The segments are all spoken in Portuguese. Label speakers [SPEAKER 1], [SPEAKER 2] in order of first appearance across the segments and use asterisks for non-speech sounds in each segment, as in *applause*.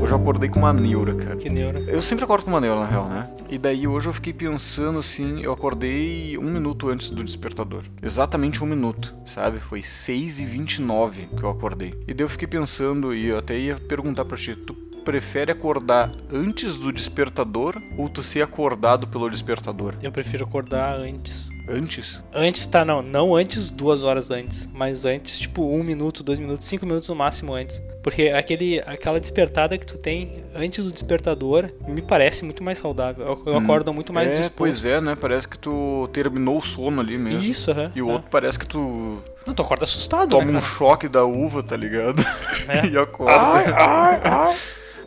[SPEAKER 1] hoje eu acordei com uma neura, cara.
[SPEAKER 2] Que né? neura.
[SPEAKER 1] Eu sempre acordo com uma neura, na real, né? E daí hoje eu fiquei pensando assim, eu acordei um minuto antes do despertador. Exatamente um minuto, sabe? Foi 6h29 que eu acordei. E daí eu fiquei pensando, e eu até ia perguntar pra ti, tu prefere acordar antes do despertador ou tu ser acordado pelo despertador?
[SPEAKER 2] Eu prefiro acordar antes.
[SPEAKER 1] Antes?
[SPEAKER 2] Antes, tá, não. Não antes, duas horas antes. Mas antes, tipo, um minuto, dois minutos, cinco minutos no máximo antes. Porque aquele, aquela despertada que tu tem antes do despertador me parece muito mais saudável. Eu, eu
[SPEAKER 1] Hum.
[SPEAKER 2] acordo muito mais
[SPEAKER 1] é,
[SPEAKER 2] disposto.
[SPEAKER 1] Pois é, né? Parece que tu terminou o sono ali mesmo.
[SPEAKER 2] Isso, aham.
[SPEAKER 1] E o
[SPEAKER 2] tá.
[SPEAKER 1] outro parece que tu
[SPEAKER 2] Não, tu acorda assustado,
[SPEAKER 1] toma
[SPEAKER 2] né,
[SPEAKER 1] um
[SPEAKER 2] cara?
[SPEAKER 1] choque da uva, tá ligado?
[SPEAKER 2] É.
[SPEAKER 1] *laughs* e acorda.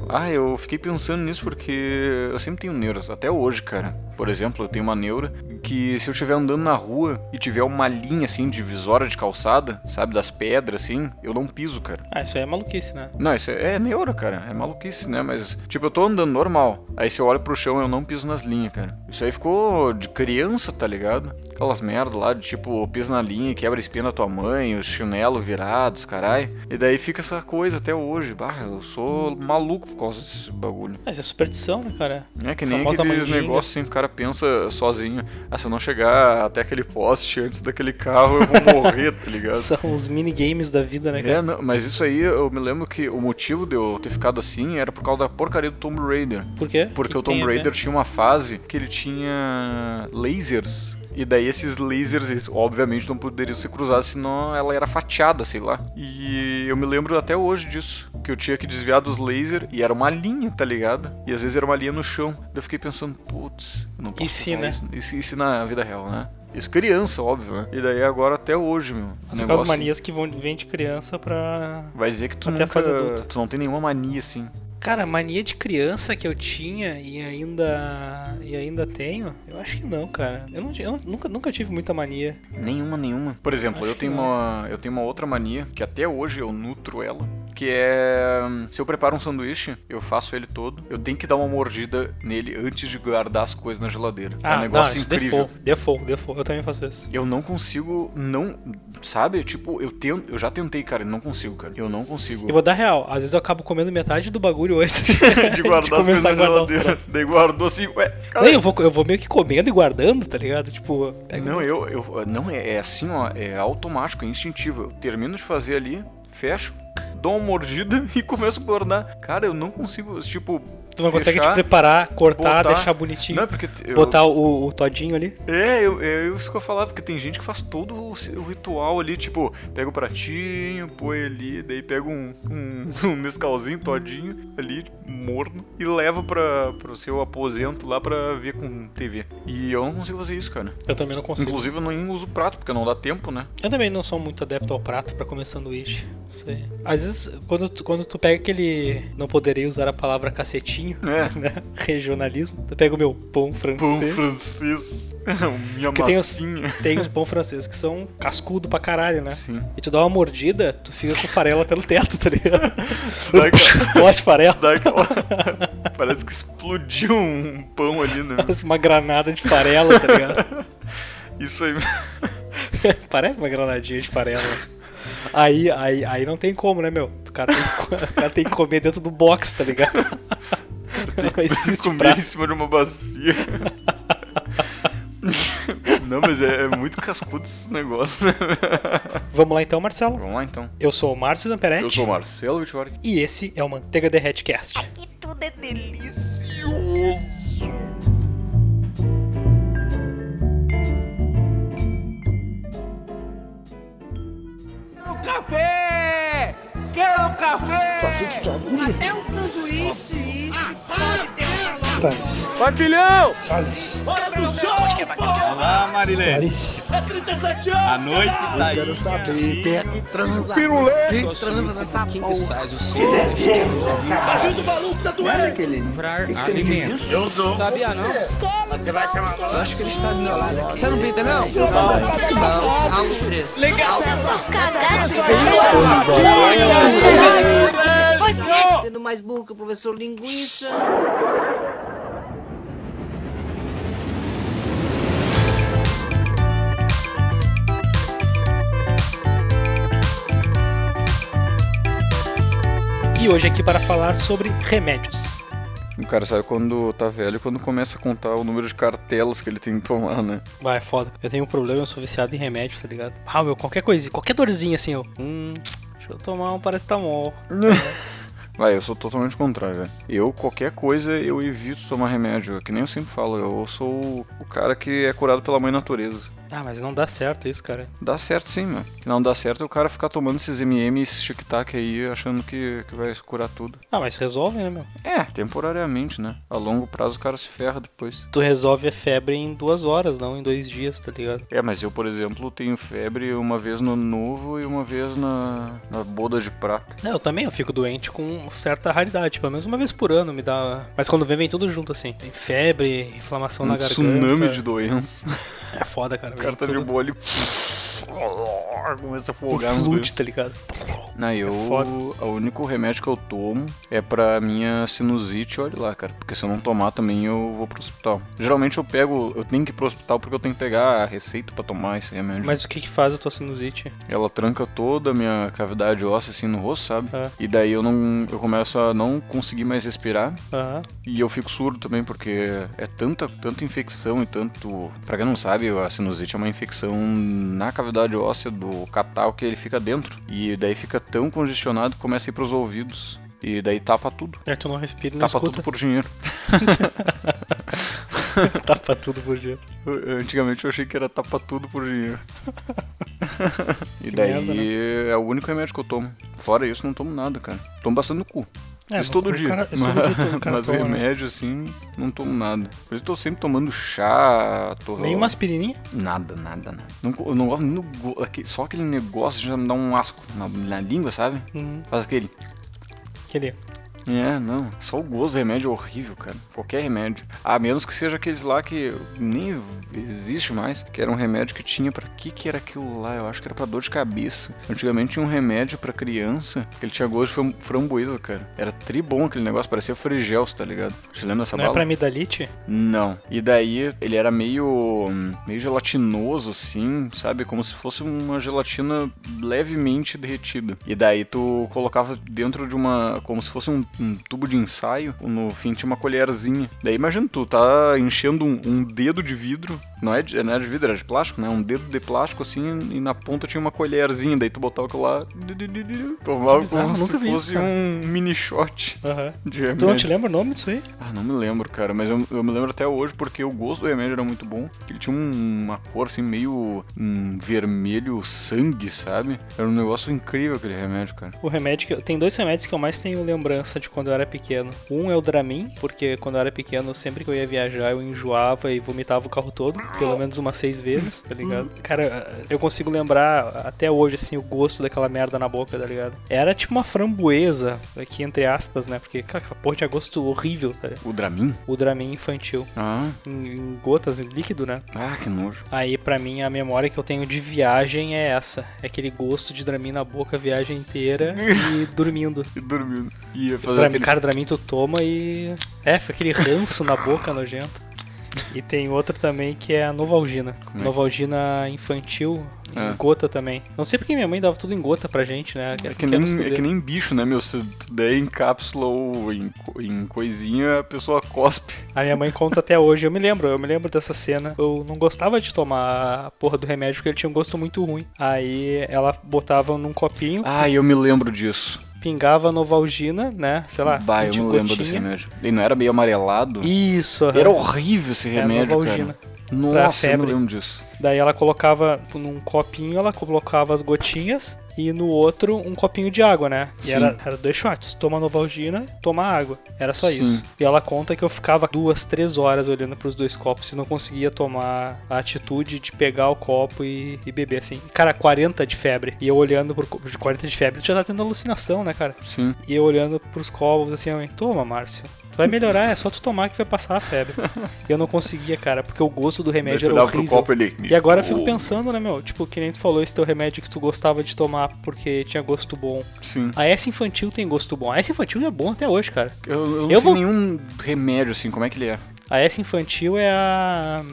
[SPEAKER 1] Ah, eu fiquei pensando nisso porque eu sempre tenho neuras, até hoje, cara. Por exemplo, eu tenho uma neura que se eu estiver andando na rua e tiver uma linha assim divisória de calçada, sabe, das pedras assim, eu não piso, cara.
[SPEAKER 2] Ah, isso aí é maluquice, né?
[SPEAKER 1] Não, isso é, é neura, cara. É maluquice, né? Mas, tipo, eu tô andando normal. Aí se eu olho pro chão, eu não piso nas linhas, cara. Isso aí ficou de criança, tá ligado? Aquelas merda lá de tipo, piso na linha, quebra a espinha da tua mãe, os chinelo virados, caralho. E daí fica essa coisa até hoje. Bah, eu sou maluco por causa desse bagulho.
[SPEAKER 2] Mas é superstição, né, cara?
[SPEAKER 1] É que nem
[SPEAKER 2] Famosa
[SPEAKER 1] aqueles
[SPEAKER 2] mandinga.
[SPEAKER 1] negócios assim, que o cara pensa sozinho. Ah, se eu não chegar até aquele poste antes daquele carro, eu vou morrer, tá
[SPEAKER 2] *laughs*
[SPEAKER 1] ligado?
[SPEAKER 2] São os minigames da vida, né, cara?
[SPEAKER 1] É, não, mas isso aí eu me lembro que o motivo de eu ter ficado assim era por causa da porcaria do Tomb Raider.
[SPEAKER 2] Por quê?
[SPEAKER 1] É. Porque
[SPEAKER 2] Que
[SPEAKER 1] o
[SPEAKER 2] que tem
[SPEAKER 1] Tomb
[SPEAKER 2] a ver?
[SPEAKER 1] Raider tinha uma fase que ele tinha lasers. E daí esses lasers, eles, obviamente, não poderiam se cruzar, senão ela era fatiada, sei lá. E eu me lembro até hoje disso. Que eu tinha que desviar dos lasers e era uma linha, tá ligado? E às vezes era uma linha no chão. Daí eu fiquei pensando, putz, eu não posso
[SPEAKER 2] se,
[SPEAKER 1] usar
[SPEAKER 2] né?
[SPEAKER 1] isso. E se, e se na vida real, né? Isso criança, óbvio, né? E daí agora até hoje, meu.
[SPEAKER 2] São aquelas
[SPEAKER 1] negócio-
[SPEAKER 2] manias que vão, vêm de criança pra.
[SPEAKER 1] Vai dizer que tu
[SPEAKER 2] Até a
[SPEAKER 1] nunca-
[SPEAKER 2] fase adulta.
[SPEAKER 1] tu não tem nenhuma mania, assim.
[SPEAKER 2] Cara, mania de criança que eu tinha e ainda. e ainda tenho? Eu acho que não, cara. Eu, não, ti- eu não- nunca, nunca tive muita mania.
[SPEAKER 1] Nenhuma, nenhuma. Por exemplo,
[SPEAKER 2] Acho
[SPEAKER 1] eu tenho
[SPEAKER 2] que não.
[SPEAKER 1] uma eu tenho uma outra mania que até hoje eu nutro ela, que é hum, se eu preparo um sanduíche, eu faço ele todo, eu tenho que dar uma mordida nele antes de guardar as coisas na geladeira. é um negócio
[SPEAKER 2] Ah, isso
[SPEAKER 1] incrível.
[SPEAKER 2] Default, default, default. Eu também faço isso.
[SPEAKER 1] Eu não consigo não, sabe? Tipo, eu tenho, eu já tentei, cara, eu não consigo, cara. Eu não consigo.
[SPEAKER 2] E vou dar real, às vezes eu acabo comendo metade do bagulho antes *laughs* de,
[SPEAKER 1] *laughs* de guardar as coisas
[SPEAKER 2] começar
[SPEAKER 1] na
[SPEAKER 2] a guardar os
[SPEAKER 1] geladeira.
[SPEAKER 2] troços.
[SPEAKER 1] Daí guardou assim, ué, cara,
[SPEAKER 2] Nem, eu vou, eu vou meio que comendo e guardando, tá ligado? Tipo, pega
[SPEAKER 1] Não, eu, eu não é, é assim, ó, é automático, é instintivo. Eu termino de fazer ali, fecho, dou uma mordida *laughs* e começo a guardar. Cara, eu não consigo, tipo,
[SPEAKER 2] tu não consegue te
[SPEAKER 1] fechar,
[SPEAKER 2] preparar, cortar,
[SPEAKER 1] botar-
[SPEAKER 2] deixar bonitinho,
[SPEAKER 1] não é porque eu,
[SPEAKER 2] botar o, o todinho ali.
[SPEAKER 1] é, eu, é isso que eu falava, porque tem gente que faz todo o, se- o ritual ali, tipo, pega o pratinho, põe ali, daí pega um, um, *laughs* um mescalzinho todinho ali, morno, e leva pra, pro seu aposento lá pra ver com TV. E eu não consigo fazer isso, cara.
[SPEAKER 2] Eu também não consigo.
[SPEAKER 1] Inclusive, eu nem uso prato, porque não dá tempo, né?
[SPEAKER 2] Eu também não sou muito adepto ao prato pra comer sanduíche. Não sei. Às vezes, quando tu, quando tu pega aquele. Não poderei usar a palavra cacetinho, *laughs*
[SPEAKER 1] É.
[SPEAKER 2] né? Regionalismo. Tu pega o meu pão
[SPEAKER 1] Pão
[SPEAKER 2] francês.
[SPEAKER 1] francês. *laughs* Minha
[SPEAKER 2] Que tem os-
[SPEAKER 1] massinha.
[SPEAKER 2] Tem os pão franceses que são cascudo pra caralho, né?
[SPEAKER 1] Sim.
[SPEAKER 2] E tu dá uma mordida, tu fica com farela pelo teto, tá ligado? *laughs*
[SPEAKER 1] Dá aquela-
[SPEAKER 2] Explode farela. *laughs*
[SPEAKER 1] Dá aquela... *laughs* Parece que explodiu um pão ali, né?
[SPEAKER 2] Parece uma granada de farela, tá ligado?
[SPEAKER 1] Isso
[SPEAKER 2] *laughs*
[SPEAKER 1] aí. *laughs*
[SPEAKER 2] Parece uma granadinha de farela. Aí, aí, aí não tem como, né, meu? O cara tem que, co- o cara tem que comer dentro do box, tá *laughs* ligado? Não existe
[SPEAKER 1] Comi em
[SPEAKER 2] prato.
[SPEAKER 1] cima de uma bacia. *laughs* Não, mas é, é muito cascudo esse negócio, né?
[SPEAKER 2] Vamos lá então, Marcelo.
[SPEAKER 1] Vamos lá, então.
[SPEAKER 2] Eu sou o Márcio Zamperetti.
[SPEAKER 1] Eu sou o Marcelo Vittori.
[SPEAKER 2] E esse é o Manteiga Derretecast.
[SPEAKER 3] Aqui tudo é delicioso.
[SPEAKER 4] Quero café! Quero café!
[SPEAKER 3] Até o sanduíche, isso. pode ter calor.
[SPEAKER 4] Patilhão!
[SPEAKER 5] Olá, Marilene. A noite tá aí.
[SPEAKER 6] Quero saber quem é que transa.
[SPEAKER 4] Pirulê!
[SPEAKER 6] Quem transa nessa porra?
[SPEAKER 5] Faz o seu. Ajuda o maluco, tá doendo. Comprar alimento. Eu dou. Sabia não? Você vai chamar Eu acho que ele está violado. Você não pinta, não?
[SPEAKER 6] Aos três.
[SPEAKER 3] Sendo mais burro que o professor Linguiça.
[SPEAKER 2] e hoje aqui para falar sobre remédios.
[SPEAKER 1] O cara sabe quando tá velho, quando começa a contar o número de cartelas que ele tem que tomar, né?
[SPEAKER 2] Vai, é foda. Eu tenho um problema, eu sou viciado em remédio, tá ligado? Ah, meu, qualquer coisinha, qualquer dorzinha assim, eu. Hum, deixa eu tomar um paracetamol.
[SPEAKER 1] *laughs* Vai, eu sou totalmente contrário, velho. Eu, qualquer coisa, eu evito tomar remédio. é Que nem eu sempre falo, eu sou o- o cara que é curado pela mãe natureza.
[SPEAKER 2] Ah, mas não dá certo isso, cara.
[SPEAKER 1] Dá certo sim, mano. Que não dá certo é o cara ficar tomando esses MM, esses tic-tac aí, achando que, que vai curar tudo.
[SPEAKER 2] Ah, mas resolve, né, meu?
[SPEAKER 1] É, temporariamente, né? A longo prazo o cara se ferra depois.
[SPEAKER 2] Tu resolve a febre em duas horas, não em dois dias, tá ligado?
[SPEAKER 1] É, mas eu, por exemplo, tenho febre uma vez no ano novo e uma vez na, na boda de prata.
[SPEAKER 2] Não, eu também eu fico doente com certa raridade, pelo menos uma vez por ano me dá. Mas quando vem, vem tudo junto, assim. Tem febre, inflamação na
[SPEAKER 1] um
[SPEAKER 2] garganta.
[SPEAKER 1] tsunami de doença. *laughs*
[SPEAKER 2] É foda, cara.
[SPEAKER 1] O cara tá de boa ali. *laughs* Começa a folgar nos dois.
[SPEAKER 2] flute, tá ligado?
[SPEAKER 1] Não, eu.
[SPEAKER 2] foda.
[SPEAKER 1] o único remédio que eu tomo é pra minha sinusite, olha lá, cara. Porque se eu não tomar também eu vou pro hospital. Geralmente eu pego. Eu tenho que ir pro hospital porque eu tenho que pegar a receita pra tomar esse remédio.
[SPEAKER 2] Mas o que que faz a tua sinusite?
[SPEAKER 1] Ela tranca toda a minha cavidade óssea assim no rosto, sabe?
[SPEAKER 2] É.
[SPEAKER 1] E daí eu não. Eu começo a não conseguir mais respirar.
[SPEAKER 2] Aham.
[SPEAKER 1] E eu fico surdo também, porque é tanta, tanta infecção e tanto. Pra quem não sabe, a sinusite é uma infecção na cavidade óssea do catal que ele fica dentro. E daí fica tão congestionado que começa a ir pros ouvidos. E daí tapa tudo.
[SPEAKER 2] É, tu não respira e não
[SPEAKER 1] Tapa
[SPEAKER 2] escuta.
[SPEAKER 1] tudo por dinheiro.
[SPEAKER 2] *laughs* Tapa tudo por dia.
[SPEAKER 1] Eu- Antigamente eu achei que era tapa tudo por
[SPEAKER 2] *laughs*
[SPEAKER 1] dinheiro. e daí
[SPEAKER 2] merda, né?
[SPEAKER 1] é o único remédio que eu tomo. Fora isso, não tomo nada, cara. Tomo bastante no cu.
[SPEAKER 2] É,
[SPEAKER 1] isso
[SPEAKER 2] no
[SPEAKER 1] todo
[SPEAKER 2] cu o
[SPEAKER 1] dia.
[SPEAKER 2] cara- isso todo dia todo cara
[SPEAKER 1] Mas
[SPEAKER 2] toma, né?
[SPEAKER 1] remédio, assim, não tomo nada. Por isso eu tô sempre tomando chá, tô...
[SPEAKER 2] Nem uma aspirininha?
[SPEAKER 1] Nada, nada, nada. Não, co- eu não gosto nem do go- aque- Só aquele negócio já me dá um asco na, na língua, sabe?
[SPEAKER 2] Uhum.
[SPEAKER 1] Faz aquele.
[SPEAKER 2] Queria.
[SPEAKER 1] É, não. Só o gosto do remédio é horrível, cara. Qualquer remédio. A menos que seja aqueles lá que nem existe mais. Que era um remédio que tinha pra que que era aquilo lá? Eu acho que era pra dor de cabeça. Antigamente tinha um remédio pra criança que ele tinha gosto de fram- framboesa, cara. Era tribom aquele negócio, parecia frigels, tá ligado? Você lembra dessa
[SPEAKER 2] não é
[SPEAKER 1] bala?
[SPEAKER 2] pra amidalite?
[SPEAKER 1] Não. E daí ele era meio meio gelatinoso assim, sabe, como se fosse uma gelatina levemente derretida. E daí tu colocava dentro de uma como se fosse um, um tubo de ensaio, no fim tinha uma colherzinha. Daí imagina tu tá enchendo um, um dedo de vidro, não é de, não era de vidro, era de plástico, né? Um dedo de plástico assim e na ponta tinha uma colherzinha, daí tu botava aquilo lá, tomava
[SPEAKER 2] bizarro,
[SPEAKER 1] como
[SPEAKER 2] nunca
[SPEAKER 1] se
[SPEAKER 2] vi isso,
[SPEAKER 1] fosse
[SPEAKER 2] cara. Então,
[SPEAKER 1] um mini shot
[SPEAKER 2] Aham.
[SPEAKER 1] de
[SPEAKER 2] Tu não
[SPEAKER 1] remédio.
[SPEAKER 2] te lembra o nome disso aí?
[SPEAKER 1] Ah, não me lembro, cara, mas eu, eu me lembro até hoje porque o gosto do remédio era muito bom. Ele tinha um- uma cor assim meio um vermelho sangue, sabe? Era um negócio incrível aquele remédio, cara.
[SPEAKER 2] O remédio que eu... Tem dois remédios que eu mais tenho lembrança de quando eu era pequeno. Um é o Dramin, porque quando eu era pequeno, sempre que eu ia viajar, eu enjoava e vomitava o carro todo, pelo menos umas seis vezes, tá ligado? Cara, eu consigo lembrar até hoje, assim, o gosto daquela merda na boca, tá ligado? Era tipo uma framboesa, aqui entre aspas, né? Porque, cara, aquela porra tinha gosto horrível, tá ligado?
[SPEAKER 1] O Dramin?
[SPEAKER 2] O Dramin infantil,
[SPEAKER 1] Ah,
[SPEAKER 2] em, em gotas, em líquido, né?
[SPEAKER 1] ah que nojo.
[SPEAKER 2] Aí, pra mim, a memória que eu tenho de viagem é essa. É aquele gosto de Dramin na boca a viagem inteira e dormindo.
[SPEAKER 1] E dormindo. Ia fazer
[SPEAKER 2] Dra
[SPEAKER 1] aquele...
[SPEAKER 2] Cara, Dramin tu toma e... É, fica aquele ranço na boca nojento. E tem outro também que é a Novalgina.
[SPEAKER 1] é que-
[SPEAKER 2] Novalgina infantil, em
[SPEAKER 1] Ah.
[SPEAKER 2] gota também. Não sei porque minha mãe dava tudo em gota pra gente, né?
[SPEAKER 1] É que,
[SPEAKER 2] Pequenos
[SPEAKER 1] nem, é
[SPEAKER 2] poderes.
[SPEAKER 1] que nem bicho, né, meu? Se tu der em cápsula ou em, co- em coisinha, a pessoa cospe.
[SPEAKER 2] A minha mãe conta até hoje. Eu me lembro, eu me lembro dessa cena. Eu não gostava de tomar a porra do remédio porque ele tinha um gosto muito ruim. Aí ela botava num copinho,
[SPEAKER 1] Ah, eu me lembro disso.
[SPEAKER 2] pingava a Novalgina, né? Sei lá,
[SPEAKER 1] bah, eu
[SPEAKER 2] de
[SPEAKER 1] me lembro desse
[SPEAKER 2] gotinha.
[SPEAKER 1] remédio. Ele não era meio amarelado?
[SPEAKER 2] Isso, aham.
[SPEAKER 1] Era horrível esse
[SPEAKER 2] É,
[SPEAKER 1] remédio,
[SPEAKER 2] Novalgina.
[SPEAKER 1] cara. Nossa, eu me
[SPEAKER 2] febre.
[SPEAKER 1] lembro disso.
[SPEAKER 2] Daí ela colocava num copinho, ela colocava as gotinhas e no outro um copinho de água, né? E
[SPEAKER 1] Sim.
[SPEAKER 2] era, era dois shots, toma Novalgina, toma água. Era só
[SPEAKER 1] Sim.
[SPEAKER 2] isso. E ela conta que eu ficava duas, três horas olhando pros dois copos e não conseguia tomar a atitude de pegar o copo e, e beber assim. Cara, 40 de febre. E eu olhando pro copo de 40 de febre, tu já tá tendo alucinação, né, cara?
[SPEAKER 1] Sim.
[SPEAKER 2] E eu olhando pros copos assim, eu, toma, Márcio. Tu vai melhorar, é só tu tomar que vai passar a
[SPEAKER 1] *laughs*
[SPEAKER 2] febre. E eu não conseguia, cara, porque o gosto do
[SPEAKER 1] Daí
[SPEAKER 2] remédio
[SPEAKER 1] tu
[SPEAKER 2] era
[SPEAKER 1] olhava pro
[SPEAKER 2] horrível.
[SPEAKER 1] copo ele.
[SPEAKER 2] E agora eu fico
[SPEAKER 1] Oh.
[SPEAKER 2] pensando, né, meu? Tipo, que nem tu falou, esse teu remédio que tu gostava de tomar porque tinha gosto bom.
[SPEAKER 1] Sim.
[SPEAKER 2] A S infantil tem gosto bom. A S infantil é bom até hoje, cara.
[SPEAKER 1] Eu, eu não sei
[SPEAKER 2] Eu vou-
[SPEAKER 1] nenhum remédio, assim, como é que ele é.
[SPEAKER 2] A S infantil é a.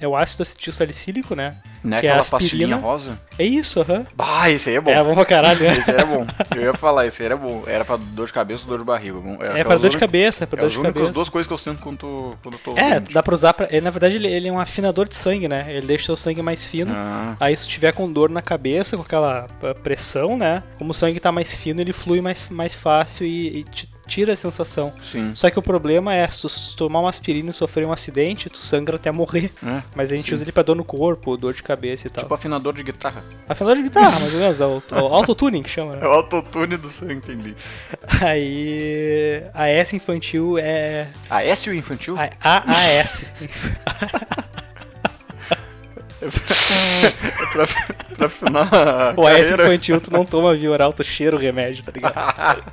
[SPEAKER 2] é o ácido acetil salicílico, né?
[SPEAKER 1] Não é
[SPEAKER 2] Que é
[SPEAKER 1] aquela
[SPEAKER 2] aspirina.
[SPEAKER 1] pastilhinha rosa?
[SPEAKER 2] É isso, aham.
[SPEAKER 1] Bah, esse aí é bom.
[SPEAKER 2] É bom pra caralho,
[SPEAKER 1] *laughs*
[SPEAKER 2] né?
[SPEAKER 1] Esse aí é bom. Eu ia falar, esse aí era bom. Era pra dor de cabeça ou dor de barriga. Bom,
[SPEAKER 2] É,
[SPEAKER 1] aquelas
[SPEAKER 2] pra dor de
[SPEAKER 1] únicas-
[SPEAKER 2] cabeça, é pra
[SPEAKER 1] É
[SPEAKER 2] dor
[SPEAKER 1] as
[SPEAKER 2] de
[SPEAKER 1] únicas
[SPEAKER 2] cabeça.
[SPEAKER 1] duas coisas que eu sinto quando tô, quando tô
[SPEAKER 2] É,
[SPEAKER 1] doente.
[SPEAKER 2] dá pra usar pra. ele, na verdade, ele, ele é um afinador de sangue, né? Ele deixa o seu sangue mais fino.
[SPEAKER 1] Ah,
[SPEAKER 2] Aí se tiver com dor na cabeça, com aquela p- pressão, né? Como o sangue tá mais fino, ele flui mais, mais fácil e, e te tira a sensação.
[SPEAKER 1] sim.
[SPEAKER 2] Só que o problema é, se tu tomar uma aspirina e sofrer um acidente, tu sangra até morrer.
[SPEAKER 1] É,
[SPEAKER 2] Mas a gente
[SPEAKER 1] Sim.
[SPEAKER 2] usa ele pra dor no corpo, dor de cabeça e tal.
[SPEAKER 1] tipo afinador de guitarra.
[SPEAKER 2] Afinal de guitarra, mais ou menos, é o, o autotuning que chama, né?
[SPEAKER 1] É o autotune do sangue, entendi.
[SPEAKER 2] Aí a S infantil é...
[SPEAKER 1] Aécio infantil?
[SPEAKER 2] A, a, S.
[SPEAKER 1] *laughs* Pra afinar a
[SPEAKER 2] O AS
[SPEAKER 1] carreira.
[SPEAKER 2] infantil tu não toma vioral, tu cheira o remédio, tá ligado?
[SPEAKER 1] *laughs*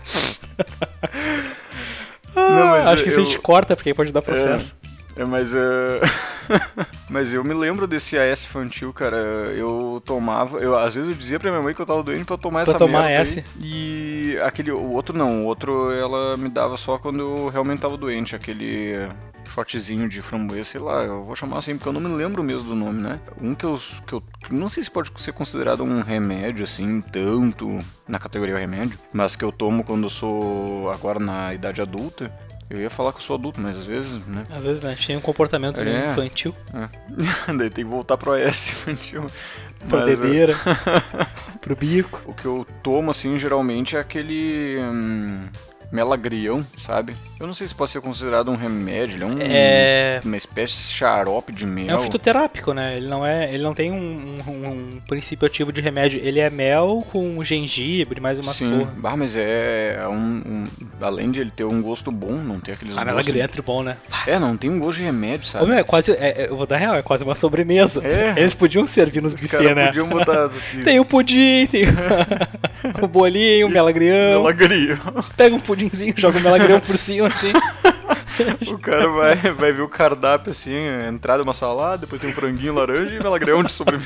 [SPEAKER 1] Não, mas
[SPEAKER 2] Acho que isso a
[SPEAKER 1] eu-
[SPEAKER 2] gente corta, porque aí pode dar processo.
[SPEAKER 1] É, mas. eh, *laughs* mas eu me lembro desse AS infantil, cara. Eu tomava. Eu, às vezes eu dizia pra minha mãe que eu tava doente pra tomar
[SPEAKER 2] Pra
[SPEAKER 1] essa
[SPEAKER 2] tomar
[SPEAKER 1] merda.
[SPEAKER 2] AS?
[SPEAKER 1] Aí, e aquele. O outro não. O outro ela me dava só quando eu realmente tava doente. Aquele. Shotzinho de framboesa, sei lá, eu vou chamar assim, porque eu não me lembro mesmo do nome, né? Um que eu, que eu que não sei se pode ser considerado um remédio, assim, tanto na categoria remédio, mas que eu tomo quando eu sou agora na idade adulta. Eu ia falar que eu sou adulto, mas às vezes, né?
[SPEAKER 2] Às vezes, né? A gente tem um comportamento meio
[SPEAKER 1] É.
[SPEAKER 2] infantil,
[SPEAKER 1] É. *laughs* Daí tem que voltar pro AS *laughs* infantil.
[SPEAKER 2] pra
[SPEAKER 1] Mas, é. *laughs*
[SPEAKER 2] bebeira, pro bico.
[SPEAKER 1] eh, O que eu tomo, assim, geralmente é aquele. hum, melagrião, sabe? Eu não sei se pode ser considerado um remédio, ele é, um,
[SPEAKER 2] É.
[SPEAKER 1] uma espécie de xarope de mel.
[SPEAKER 2] É um fitoterápico, né? Ele não, é, ele não tem um, um- um princípio ativo de remédio. Ele é mel com gengibre, mais uma
[SPEAKER 1] Sim,
[SPEAKER 2] porra.
[SPEAKER 1] bah, mas é é um, um- Além de ele ter um gosto bom, não tem aqueles
[SPEAKER 2] A
[SPEAKER 1] gostos...
[SPEAKER 2] melagria é tri bom, né?
[SPEAKER 1] É, não tem um gosto de remédio,
[SPEAKER 2] Ô,
[SPEAKER 1] sabe?
[SPEAKER 2] meu, é quase. é- é- eu vou dar real, é quase uma sobremesa.
[SPEAKER 1] É.
[SPEAKER 2] Eles podiam servir nos
[SPEAKER 1] Os
[SPEAKER 2] buffet,
[SPEAKER 1] caras
[SPEAKER 2] né?
[SPEAKER 1] podiam
[SPEAKER 2] *laughs*
[SPEAKER 1] botar... assim.
[SPEAKER 2] Tem o pudim, tem o, *laughs* o bolinho, o melagrião.
[SPEAKER 1] melagrião.
[SPEAKER 2] Pega um pudinzinho, joga o melagrião por cima,
[SPEAKER 1] *laughs*
[SPEAKER 2] assim.
[SPEAKER 1] O cara vai, vai ver o cardápio assim, entrada uma salada, depois tem um franguinho laranja e melagrião um de
[SPEAKER 2] *laughs*
[SPEAKER 1] sobremesa.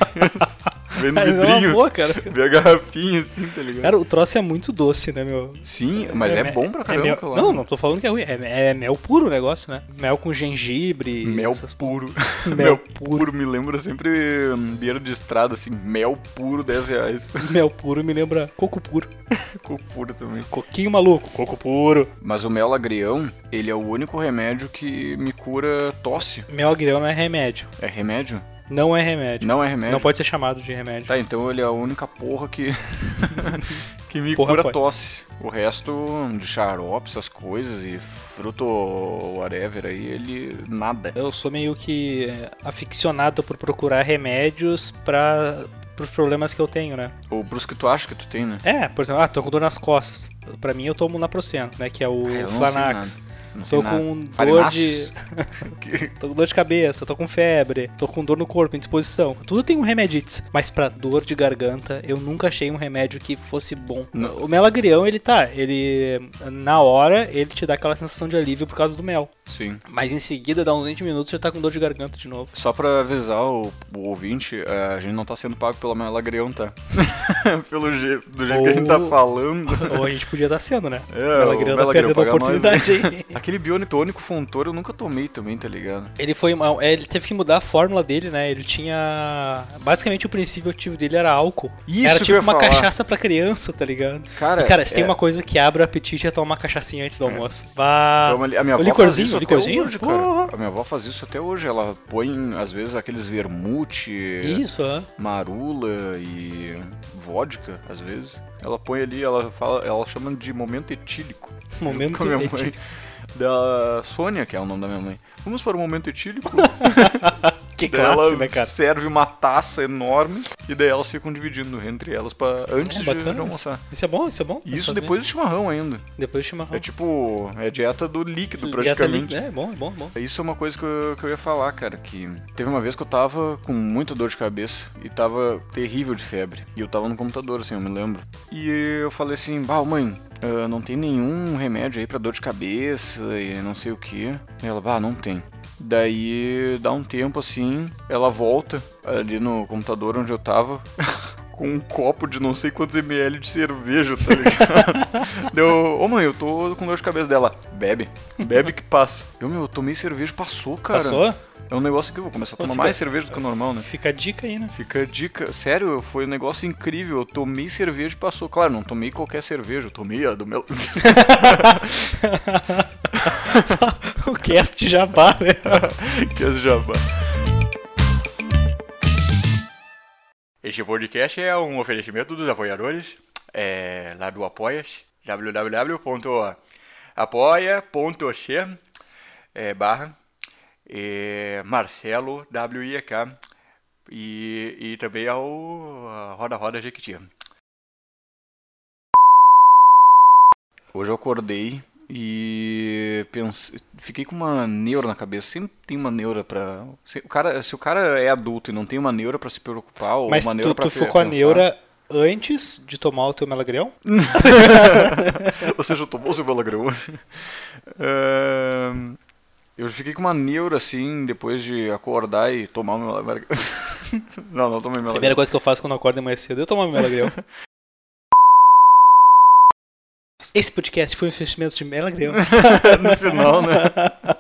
[SPEAKER 1] Vem no
[SPEAKER 2] Mas é uma
[SPEAKER 1] vidrinho,
[SPEAKER 2] boa, cara.
[SPEAKER 1] vê a garrafinha assim, tá ligado?
[SPEAKER 2] Cara, o troço é muito doce, né, meu?
[SPEAKER 1] Sim, mas é,
[SPEAKER 2] me-
[SPEAKER 1] bom pra
[SPEAKER 2] é
[SPEAKER 1] caramba,
[SPEAKER 2] mel-
[SPEAKER 1] claro.
[SPEAKER 2] Não, não tô falando que é ruim. É, é mel puro o negócio, né? Mel com gengibre.
[SPEAKER 1] Mel
[SPEAKER 2] essas-
[SPEAKER 1] puro. *laughs*
[SPEAKER 2] Mel
[SPEAKER 1] puro. Me lembra sempre hum, beira de estrada, assim, mel puro, 10 reais. *laughs*
[SPEAKER 2] *laughs* Mel puro me lembra coco puro.
[SPEAKER 1] Ficou puro também.
[SPEAKER 2] Coquinho maluco, coco puro.
[SPEAKER 1] Mas o mel agrião, ele é o único remédio que me cura tosse.
[SPEAKER 2] Mel agrião não é remédio.
[SPEAKER 1] É remédio?
[SPEAKER 2] Não é remédio.
[SPEAKER 1] Não é remédio?
[SPEAKER 2] Não pode ser chamado de remédio.
[SPEAKER 1] Tá, então ele é a única porra
[SPEAKER 2] *laughs*
[SPEAKER 1] que. que me
[SPEAKER 2] Porra,
[SPEAKER 1] cura
[SPEAKER 2] pai.
[SPEAKER 1] tosse. O resto de xarope, essas coisas e fruto whatever aí, ele. nada.
[SPEAKER 2] Eu sou meio que é, aficionado por procurar remédios para os problemas que eu tenho, né?
[SPEAKER 1] Ou pros que tu acha que tu tem, né?
[SPEAKER 2] É, por exemplo, ah, tô com dor nas costas. Pra mim, eu tomo Naprocento, né? Que é o
[SPEAKER 1] Ah, eu não sei
[SPEAKER 2] Flanax.
[SPEAKER 1] Não
[SPEAKER 2] Tô
[SPEAKER 1] sei nada.
[SPEAKER 2] com dor
[SPEAKER 1] Farináceos?
[SPEAKER 2] de. tô com dor de cabeça, tô com febre, tô com dor no corpo, indisposição. Tudo tem um remeditz. Mas pra dor de garganta, eu nunca achei um remédio que fosse bom.
[SPEAKER 1] Não.
[SPEAKER 2] O melagrião, ele tá. Ele. Na hora, ele te dá aquela sensação de alívio por causa do mel.
[SPEAKER 1] Sim.
[SPEAKER 2] Mas em seguida, dá uns 20 minutos, já tá com dor de garganta de novo.
[SPEAKER 1] Só pra avisar o, o ouvinte, a gente não tá sendo pago pela Melagrião, tá? *laughs* Pelo jeito, do jeito que a gente tá
[SPEAKER 2] Ou-
[SPEAKER 1] falando.
[SPEAKER 2] *laughs* Ou a gente podia estar sendo, né?
[SPEAKER 1] *laughs* É,
[SPEAKER 2] o melagrião Oh. tá
[SPEAKER 1] Melagrião,
[SPEAKER 2] perdendo
[SPEAKER 1] paga
[SPEAKER 2] a
[SPEAKER 1] nós, né?
[SPEAKER 2] oportunidade, hein? *laughs*
[SPEAKER 1] Aquele biotônico fontor eu nunca tomei também, tá ligado?
[SPEAKER 2] Ele foi uma- ele teve que mudar a fórmula dele, né? Ele tinha basicamente o princípio ativo dele era álcool.
[SPEAKER 1] Isso
[SPEAKER 2] era
[SPEAKER 1] que
[SPEAKER 2] tipo
[SPEAKER 1] eu ia
[SPEAKER 2] uma
[SPEAKER 1] falar.
[SPEAKER 2] cachaça pra criança, tá ligado?
[SPEAKER 1] Cara,
[SPEAKER 2] e, cara se tem
[SPEAKER 1] é-
[SPEAKER 2] uma coisa que abre o apetite é tomar uma cachaçinha antes do almoço. Bah,
[SPEAKER 1] Toma ali- Então, a minha
[SPEAKER 2] Ah, o
[SPEAKER 1] avó
[SPEAKER 2] licorzinho,
[SPEAKER 1] faz isso
[SPEAKER 2] o licorzinho,
[SPEAKER 1] até hoje,
[SPEAKER 2] porra.
[SPEAKER 1] cara. A minha avó faz isso até hoje. Ela põe, às vezes, aqueles vermute,
[SPEAKER 2] Isso, é. hã?
[SPEAKER 1] marula e vodka, às vezes. Ela põe ali, ela fala, ela chama de momento etílico.
[SPEAKER 2] *laughs* Momento
[SPEAKER 1] Com a minha mãe.
[SPEAKER 2] etílico.
[SPEAKER 1] Da Sônia, que é o nome da minha mãe. Vamos para o momento
[SPEAKER 2] *laughs*
[SPEAKER 1] etílico.
[SPEAKER 2] Que
[SPEAKER 1] Daí ela
[SPEAKER 2] classe, né, cara?
[SPEAKER 1] serve uma taça enorme e daí elas ficam dividindo entre elas para antes
[SPEAKER 2] É,
[SPEAKER 1] de-
[SPEAKER 2] bacana
[SPEAKER 1] de
[SPEAKER 2] isso.
[SPEAKER 1] almoçar.
[SPEAKER 2] Isso é bom, isso é bom.
[SPEAKER 1] E isso
[SPEAKER 2] Faz bem.
[SPEAKER 1] depois do chimarrão ainda.
[SPEAKER 2] Depois do chimarrão.
[SPEAKER 1] É tipo, é dieta do líquido
[SPEAKER 2] Ah. Dieta
[SPEAKER 1] praticamente.
[SPEAKER 2] líquida. É, bom, é bom, é bom.
[SPEAKER 1] Isso é uma coisa que eu, que eu ia falar, cara, que teve uma vez que eu tava com muita dor de cabeça e tava terrível de febre. E eu tava no computador, assim, eu me lembro. E eu falei assim, bah, mãe, ah, não tem nenhum remédio aí pra dor de cabeça e não sei o que. Ela, bah, não tem. Daí dá um tempo assim, ela volta ali no computador onde eu tava com um copo de não
[SPEAKER 2] *laughs*
[SPEAKER 1] sei quantos ml de cerveja, tá ligado? Deu, ô mãe, eu tô com dor de cabeça dela. Bebe. Bebe que passa. Eu, meu, eu tomei cerveja e passou, cara.
[SPEAKER 2] Passou?
[SPEAKER 1] É um negócio que eu vou começar a
[SPEAKER 2] Pô,
[SPEAKER 1] tomar
[SPEAKER 2] fica-
[SPEAKER 1] mais cerveja do que o normal, né?
[SPEAKER 2] Fica a dica aí, né? *laughs*
[SPEAKER 1] Fica a dica. Sério, foi um negócio incrível. Eu tomei cerveja e passou. Claro, não tomei qualquer cerveja. Eu tomei a do meu... *laughs*
[SPEAKER 2] o cast jabá, né?
[SPEAKER 1] que as jabá. Este podcast é um oferecimento dos apoiadores. É, lá do Apoias. www.apoia.c é, barra é, Marcelo WIEK e, e também ao a Roda Roda Jequiti. Hoje eu acordei e pense- fiquei com uma neura na cabeça. Sempre tem uma neura pra. Se o cara, se o cara é adulto e não tem uma neura pra se preocupar, ou
[SPEAKER 2] Mas
[SPEAKER 1] uma neura
[SPEAKER 2] tu,
[SPEAKER 1] pra
[SPEAKER 2] tu
[SPEAKER 1] fe-
[SPEAKER 2] ficou a
[SPEAKER 1] pensar-
[SPEAKER 2] neura antes de tomar o teu melagrião?
[SPEAKER 1] *laughs* Você já tomou seu balagrão? eu fiquei com uma neura assim, depois de acordar e tomar o meu lagrão. *laughs* não, não tomei meu lagrão.
[SPEAKER 2] Primeira coisa que eu faço quando eu acordo de manhã cedo, eu tomo
[SPEAKER 1] *laughs*
[SPEAKER 2] meu melagrião. Esse podcast foi um investimento de melagrião.
[SPEAKER 1] *laughs* no final, né?